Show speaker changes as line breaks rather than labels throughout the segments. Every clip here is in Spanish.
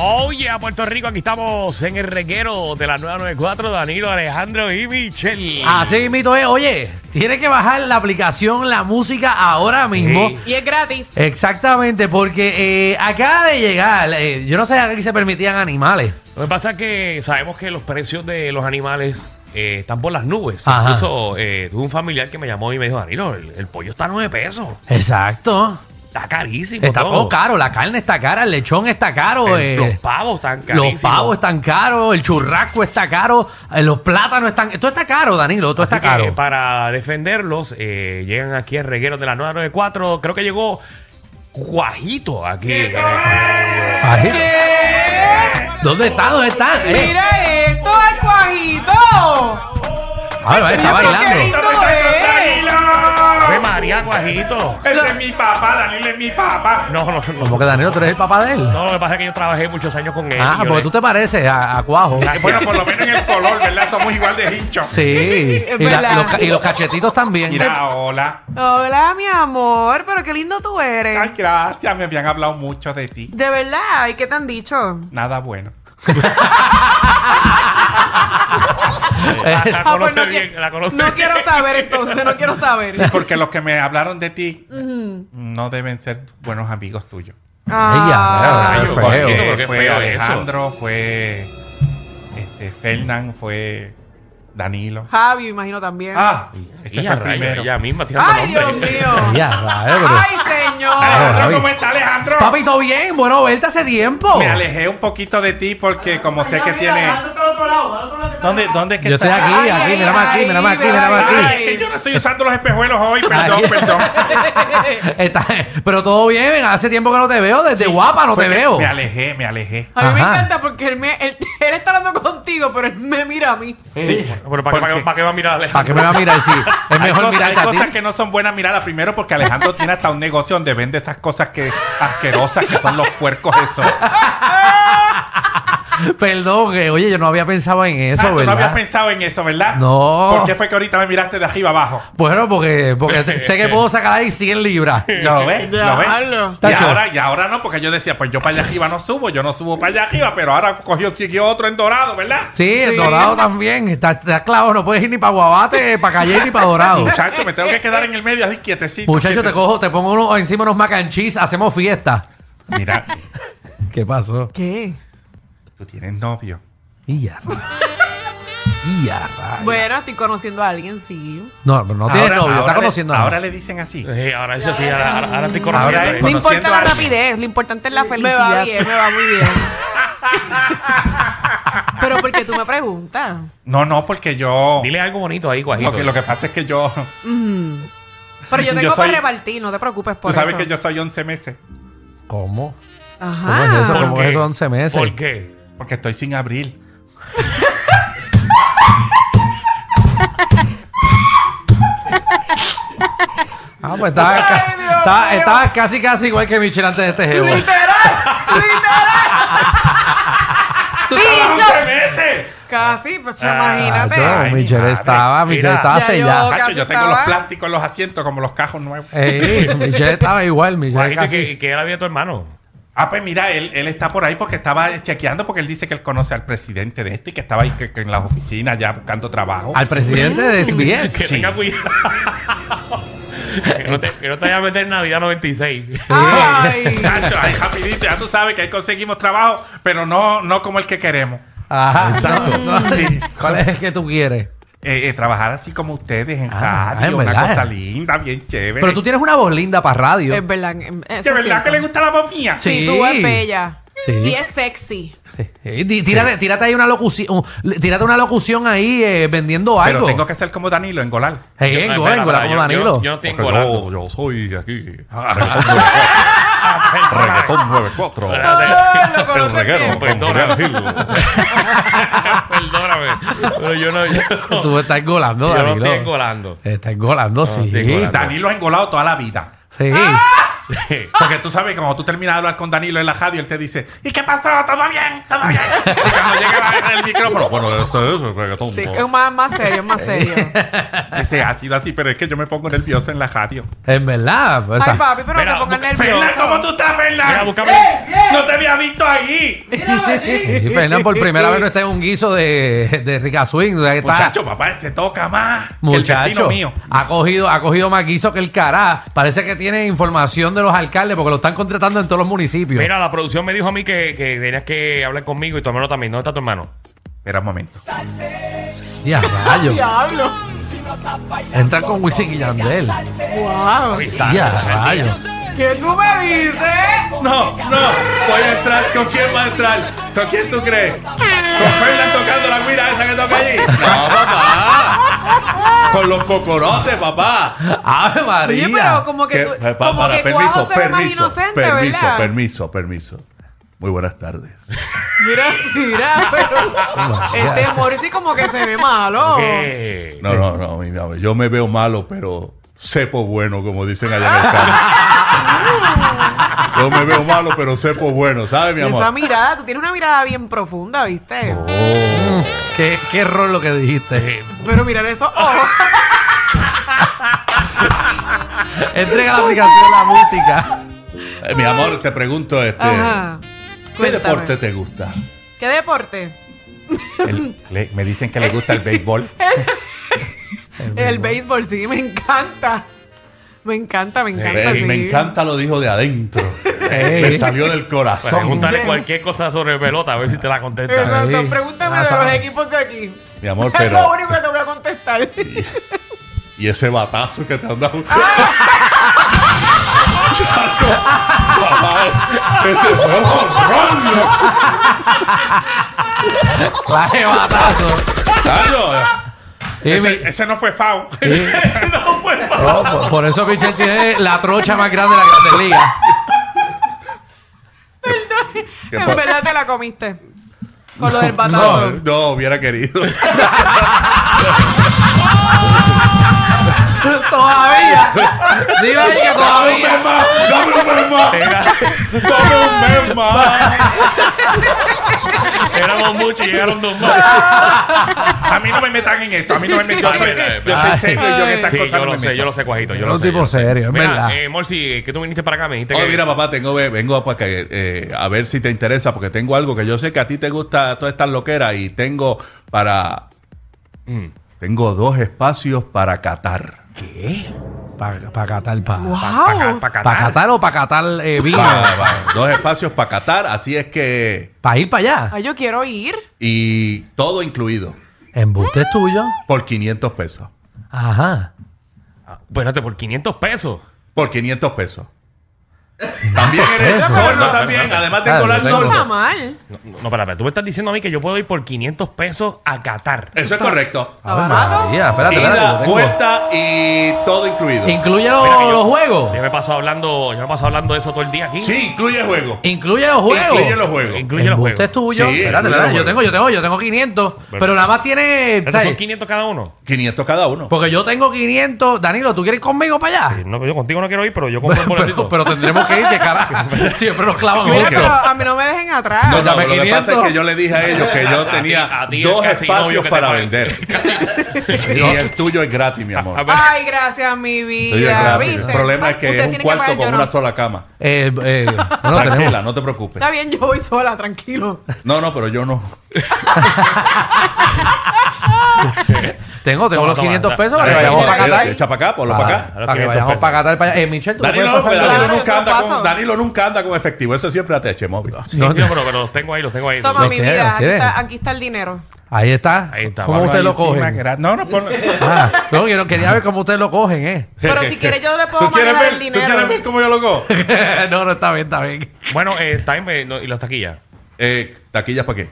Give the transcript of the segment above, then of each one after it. Oye, a Puerto Rico, aquí estamos en el reguero de la 994, Danilo, Alejandro y Michelle.
Así mito es, oye, tienes que bajar la aplicación La Música ahora mismo.
Sí.
Y es gratis.
Exactamente, porque eh, acaba de llegar, eh, yo no sé aquí se permitían animales.
Lo que pasa es que sabemos que los precios de los animales eh, están por las nubes.
Ajá.
Incluso eh, tuve un familiar que me llamó y me dijo, Danilo, el, el pollo está a 9 pesos.
Exacto.
Está carísimo.
Está
todo.
todo caro, la carne está cara, el lechón está caro,
El-
eh,
los pavos están carísimos.
los pavos están caros, el churrasco está caro, eh, los plátanos están... Todo está caro, Danilo, todo
Así
está
que,
caro.
Para defenderlos, eh, llegan aquí el reguero de la 994. Creo que llegó Guajito aquí.
Ay. ¿Dónde está? ¿Dónde está? Eh,
Mira esto, el cuajito.
ah, no, está
Qué
bailando.
lindo es.
Ave María Guajito.
Este es mi papá, Danilo es mi papá.
No, no, no.
Como que Danilo, tú eres el papá de él.
No, lo que pasa es que yo trabajé muchos años con él.
Ah,
y yo
eh.
porque
le-
tú te pareces a, a Cuajo.
Gracias.
Bueno, por lo menos en el color, ¿verdad? Somos igual de hinchos.
Sí,
Es
y, la-
verdad.
los, ca- y los cachetitos también.
Mira, hola.
Hola, mi amor, pero qué lindo tú eres.
Ay, gracias, me habían hablado mucho de ti.
De verdad, ¿y qué te han dicho?
Nada bueno.
La
Ah, pues
conoce
no
bien,
que-
la conoce
no
bien.
quiero saber entonces, no quiero saber.
Porque los que me hablaron de ti no deben ser buenos amigos tuyos.
Ah,
Ella,
Feo.
mira,
Porque
Pero qué
fue
feo
Alejandro, fue este, Fernán, fue Danilo.
Javi, imagino también.
Ah, ese
Ella, rayo,
fue el primero.
Ella misma tirando
Ay, Dios
nombre.
mío.
Ella, raro, pero-
Ay, señor.
Alejandro,
Ay.
¿cómo está Alejandro?
Papi, ¿todo bien? Bueno, verte hace tiempo.
Me alejé un poquito de ti porque como sé que tiene... ¿Dónde, dónde es que
Yo
está?
estoy aquí,
Ay,
aquí,
ay,
mira más aquí,
ay,
mira más aquí, mira más
ay,
Ay,
aquí.
ay.
es que yo no estoy usando los espejuelos hoy, perdón,
Ay.
perdón.
Está- pero todo bien, hace tiempo que no te veo, desde guapa no
Fue
te
que
veo.
Me alejé, me alejé.
A mí me
Ajá.
encanta porque él, me, él, él está hablando contigo, pero él me mira a mí.
Pero ¿para, qué- para, qué-
Porque-
para qué va a mirar a
¿Para
Alejandro?
qué me va a mirar? Sí, es
hay
mejor
cosas, hay
mirarte a ti.
cosas que no son buenas mirarlas. Primero porque Alejandro tiene hasta un negocio donde vende esas cosas que asquerosas que son los puercos esos.
Perdón, que, oye, yo no había pensado en eso,
Ah, tú no
¿verdad?
habías pensado en eso, ¿verdad?
No.
¿Por qué fue que ahorita me miraste de arriba abajo?
bueno, porque, porque te- sé que puedo sacar ahí 100 libras.
¿Lo ves? ¿Lo ves?
Diablo.
Y
Tacho.
ahora, y ahora no, porque yo decía, pues yo para allá arriba no subo, yo no subo para allá arriba, pero ahora cogió, siguió otro en dorado, ¿verdad?
Sí,
Sí.
el dorado también. Estás está clavado, no puedes ir ni para Guabate, para Calle, ni para Dorado.
Muchacho, me tengo que quedar en el medio así quietecito.
Muchacho, te
quietecito.
cojo, te pongo uno, encima unos mac and cheese, hacemos fiesta.
Mira,
¿Qué pasó?
¿Qué?
tú tienes novio.
Y ya. Y ya. rayos.
Bueno, estoy conociendo a alguien, sí.
No, pero no tienes novio, está
le-
conociendo a
Ahora
alguien.
le dicen así.
Sí, ahora eso sí, ahora, ahora- ahora estoy conociendo.
Ahora
eh.
es-
No importa
conociendo
la
a alguien.
rapidez, lo importante es la
Me va
felicidad.
bien, me va muy bien. Pero porque tú me preguntas.
No, no, porque yo.
Dile algo bonito ahí, Guajito.
Lo que, lo que pasa es que yo.
Pero yo
Yo
tengo
soy-
para repartir, no te preocupes por
Tú sabes
eso.
que yo soy 11 meses.
¿Cómo?
Ajá.
¿Cómo es eso?
¿Por
como
qué?
que son 11 meses.
¿Por qué?
Porque estoy sin abril.
Ah, pues estabas, ca-
Ay, Dios
estabas-
mío.
estabas casi, casi igual que Michelle antes de este jevo.
¡Literal! ¡Literal!
¡Tú estabas 11 meses!
Casi, pues
Ah,
imagínate.
Chacho,
Ay, mi
Michelle
madre.
estaba, Michelle
Mira.
estaba
Ya
sellada.
Cacho,
Casi
yo tengo
estaba-
los plásticos en los asientos como los cajos nuevos.
Ey, Michelle estaba igual, Michelle
Guajito, ¿y
casi.
qué- y qué era la vida de tu hermano?
Ah, pues mira, él, él está por ahí porque estaba chequeando porque él dice que él conoce al presidente de esto y que estaba ahí que- que en las oficinas ya buscando trabajo.
Al presidente de SBS.
Que
Sí.
tenga cuidado. que, no te, que no te vaya a meter en Navidad 96.
Ay.
Cacho, ahí rapidito, ya tú sabes que ahí conseguimos trabajo, pero no, no como el que queremos.
Ajá. no, no,
Sí.
¿Cuál es el que tú quieres?
Eh, eh, trabajar así como ustedes en
Ah,
radio,
en
una
verdad.
cosa linda, bien
Pues,
chévere.
eh,
Eh,
Pero tú tienes una voz linda para radio.
Es verdad. em, Eso
¿De verdad que le gusta la voz mía?
Sí.
Sí, tú eres bella.
Sí.
Y es sexy.
Eh, di- Tírate, tírate ahí una locución, un- tírate una locución ahí eh, vendiendo algo.
Pero tengo que ser como Danilo, engolar.
Eh,
Yo-
engola,
espera,
engola
espera,
como
yo-
Danilo.
Yo, yo no estoy
Porque
engolando.
no, yo soy aquí. Reggaetón
Ah,
reggaetón 94.
Ah, lo conoce bien.
Perdóname. Perdóname. Pero yo no, yo no-
Tú estás golando,
yo no
Danilo.
estoy engolando.
Estás golando, sí.
estoy engolando.
Danilo ha engolado toda la vida.
Sí.
Porque tú sabes, cuando tú terminas de hablar con Danilo en la radio, él te dice, ¿y qué pasó? ¿Todo bien? ¿Todo bien? Y cuando llega el micrófono, bueno, este es el reggaetón.
Sí, es más, más serio, es más serio.
Dice, ha sido así, pero es que yo me pongo nervioso en la radio.
En verdad. pues,
Ay,
está-
papi, pero
Mira,
no te pongas
busca-
nervioso.
Fernan, ¿cómo tú estás,
Mira,
Fernan?
búscame.
¡No te había visto ahí!
Sí, Fernán por primera vez no está en un guiso de, de Rica Swing. o sea, que está-
Muchacho, papá, se toca más. que El
Muchacho,
vecino mío.
ha cogido, ha cogido más guiso que el cará. Parece que tiene información de los alcaldes porque lo están contratando en todos los municipios.
Mira, la producción me dijo a mí que, que tenías que hablar conmigo y tu hermano también. ¿Dónde está tu hermano?
Espera un momento.
Ya, rayos.
Diablo.
Entran con Wisin y Yandel.
Wow.
Ahí está.
Ya, rayos.
¿Qué tú me dices?
No, no. Voy a entrar. ¿Con quién va a entrar? ¿Con quién tú crees? ¿Con Fernan tocando la guira esa que toca allí? No, papá. Con los cocorotes, papá.
Ave María.
Oye, pero como que,
Que-
tú,
Eh, pa-
como
para,
que Cuajo se ve más inocente,
permiso,
¿verdad?
permiso, permiso. Muy buenas tardes.
Mira, mira, pero este Morrissey como que se ve malo.
¿Qué?
No, no, no, mi amor, yo me veo malo, pero sepo bueno, como dicen allá en el campo. Yo me veo malo, pero sepo bueno, ¿sabes, mi
Y Esa
amor? Oh.
mirada, tú tienes una mirada bien profunda, ¿viste?
Qué, qué error lo que dijiste.
Pero mirar esos ojos.
Entrega la aplicación de la música.
Eh, mi amor, te pregunto, este,
Ajá.
¿qué
Cuéntame.
deporte te gusta?
¿Qué deporte?
me dicen que le gusta el béisbol.
El béisbol, sí, me encanta. Me encanta, me encanta. sí.
Eh, me encanta lo dijo de adentro.
Ey.
Me salió del corazón.
Pregúntale cualquier cosa sobre pelota, a ver si te la contesta.
Exacto,
Ahí.
pregúntame
Ah,
de los
sabe.
equipos de aquí.
Mi amor,
es lo
pero...
único que te voy a contestar.
Y ese batazo que te han dado. Papá, ese fue un jonrón, ¿no?
Claje batazo.
eh.
Y mi-
Ese, ese no fue FAO.
no, por, por eso Michelle tiene la trocha más grande de la Grandes Ligas.
en
pa-
verdad te la comiste. Con lo del batazo.
no hubiera querido.
Todavía. Dile ahí que
¡Dame un
todavía.
mes más! ¡Dame un mes más! ¡Dame un mes más!
Éramos muchos y llegaron dos más.
A mí no me metan en esto. A mí no me metan. Yo
Ay,
soy,
ay,
yo
ay.
soy serio y yo en esas
Sí,
cosas
yo
no me
lo sé, yo
meto.
lo sé, Cuajito. Yo
Era
lo
un
sé, yo
tipo
lo sé.
serio, es
Mira,
verdad.
eh, Morsi, que tú viniste para acá, me dijiste
Oh,
que...
mira, papá, tengo, vengo para que, eh, a ver si te interesa, porque tengo algo que yo sé que a ti te gusta todas estas loqueras y tengo para. Tengo dos espacios para catar.
Para catar, para.
¡Wow!
para
¿Para catar o para catar eh, vino?
Va, va, Dos espacios para catar, así es que.
Para ir para allá.
Ay, yo quiero ir.
Y todo incluido,
Embuste es tuyo.
por 500 pesos.
Ajá.
Espérate, pues por 500 pesos.
Por 500 pesos. También eres
pesos.
sordo, también, además de
Claro,
colar
Ah, tengo-
No está
sordo.
mal.
No, no, espera, espera, tú me estás diciendo a mí que yo puedo ir por 500 pesos a Qatar.
Eso es correcto.
Ah,
¿Está barato?
María, espérate, espérate.
Ida,
yo tengo-
vuelta y todo incluido.
Incluye los,
Mira que yo-
los juegos.
Yo me paso hablando, yo me paso hablando de eso todo el día aquí.
Sí, incluye juego.
Incluye los juegos.
Incluye los juegos.
Incluye los
Embuste
juegos.
es tuyo.
Sí,
espérate,
incluye
espérate.
los
Yo
juegos.
tengo, yo tengo, yo tengo 500. Pero, nada más tiene.
¿Estos son
¿sabes?
500 cada uno?
500 cada uno.
Porque yo tengo 500. Danilo, ¿tú quieres ir conmigo para allá?
Eh, No, yo contigo no quiero ir, pero yo compro el boletito.
Ah. pero, pero tendremos que ir, que carajo. Siempre nos clavan
Mira,
Ok.
pero
juntos.
a mí no me dejen atrás.
No, no,
Dame
lo que pasa es
500.
que yo le dije a ellos que yo tenía
a ti el
dos
casino, obvio,
espacios
que te
para
pague.
vender. y el tuyo es gratis, mi amor.
A ver,
Ay, gracias, mi
El tuyo es
vida.
gratis.
¿Viste?
El problema es
Ustedes
que es un
tienen
cuarto
pagar, yo
con
no.
una sola cama.
Eh, eh, bueno, tenemos.
Tranquila, no te preocupes.
Está bien, yo voy sola, tranquilo.
No, no, pero yo no.
Tengo, tengo
Toma,
los
toma,
500
da-
pesos.
Dale,
para que vayamos
dale,
para
dale,
Qatar.
Echa para acá, ponlo para acá.
a los
Para que
500
vayamos
pesos.
para Qatar. Para allá. Eh, Michelle, ¿tú me
Danilo,
puedes
no,
pasar
pues,
la-
Danilo
Claro, yo
nunca anda
paso.
con, Danilo nunca anda con efectivo. Ese siempre ATH móvil.
Sí,
No,
sí, pero, pero los tengo ahí, los tengo ahí.
Toma
Lo
mi
tiene,
vida,
lo
aquí
tiene.
está, aquí está el dinero.
Ahí está.
Ahí está,
¿Cómo
vamos
ustedes
ahí
lo
Encima,
cogen?
gra- No, no, ponlo.
Ah, no, yo no quería ver cómo ustedes lo cogen, ¿eh?
Pero si quieres, yo le puedo
¿Tú quieres
manejar
ver,
el
¿Tú
dinero.
quieres ver cómo yo lo cojo?
no, no, está bien, está bien.
Bueno, eh, time, eh, no, y las taquillas.
Eh, ¿Taquillas para qué?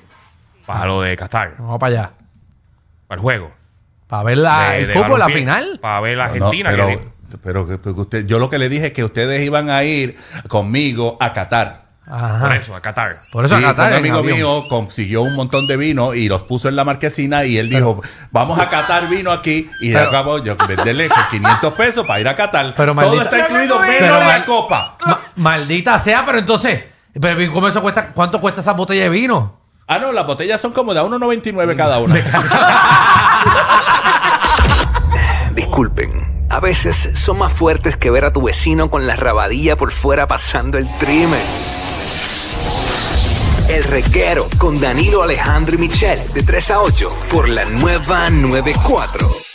Para lo de Qatar,
Vamos para allá.
para el juego.
Para ver la,
De-
Ah, el
de
fútbol, la
balompié,
final.
Para ver la
No,
Argentina. que
pero,
tiene-
pero que- porque usted, yo lo que le dije es que ustedes iban a ir conmigo a Qatar.
Ajá.
por eso, a Qatar.
Por eso
Sí,
a Qatar.
un
en
amigo
avión.
mío consiguió un montón de vino y los puso en la marquesina y él dijo, vamos a Qatar vino aquí y
Pero-
acabó yo venderle con 500 pesos para ir a Qatar.
Pero
Todo
maldita-
está
Pero
incluido
maldita-
menos
Pero
la
mal-
copa.
Ma- maldita sea, pero entonces, pero ¿cómo eso cuesta, ¿cuánto cuesta esa botella de vino?
Ah, no, las botellas son como de a 1.99 cada una.
Disculpen, a veces son más fuertes que ver a tu vecino con la rabadilla por fuera pasando el trimen. El reguero con Danilo Alejandro y Michel de 3 a 8 por la nueva 94.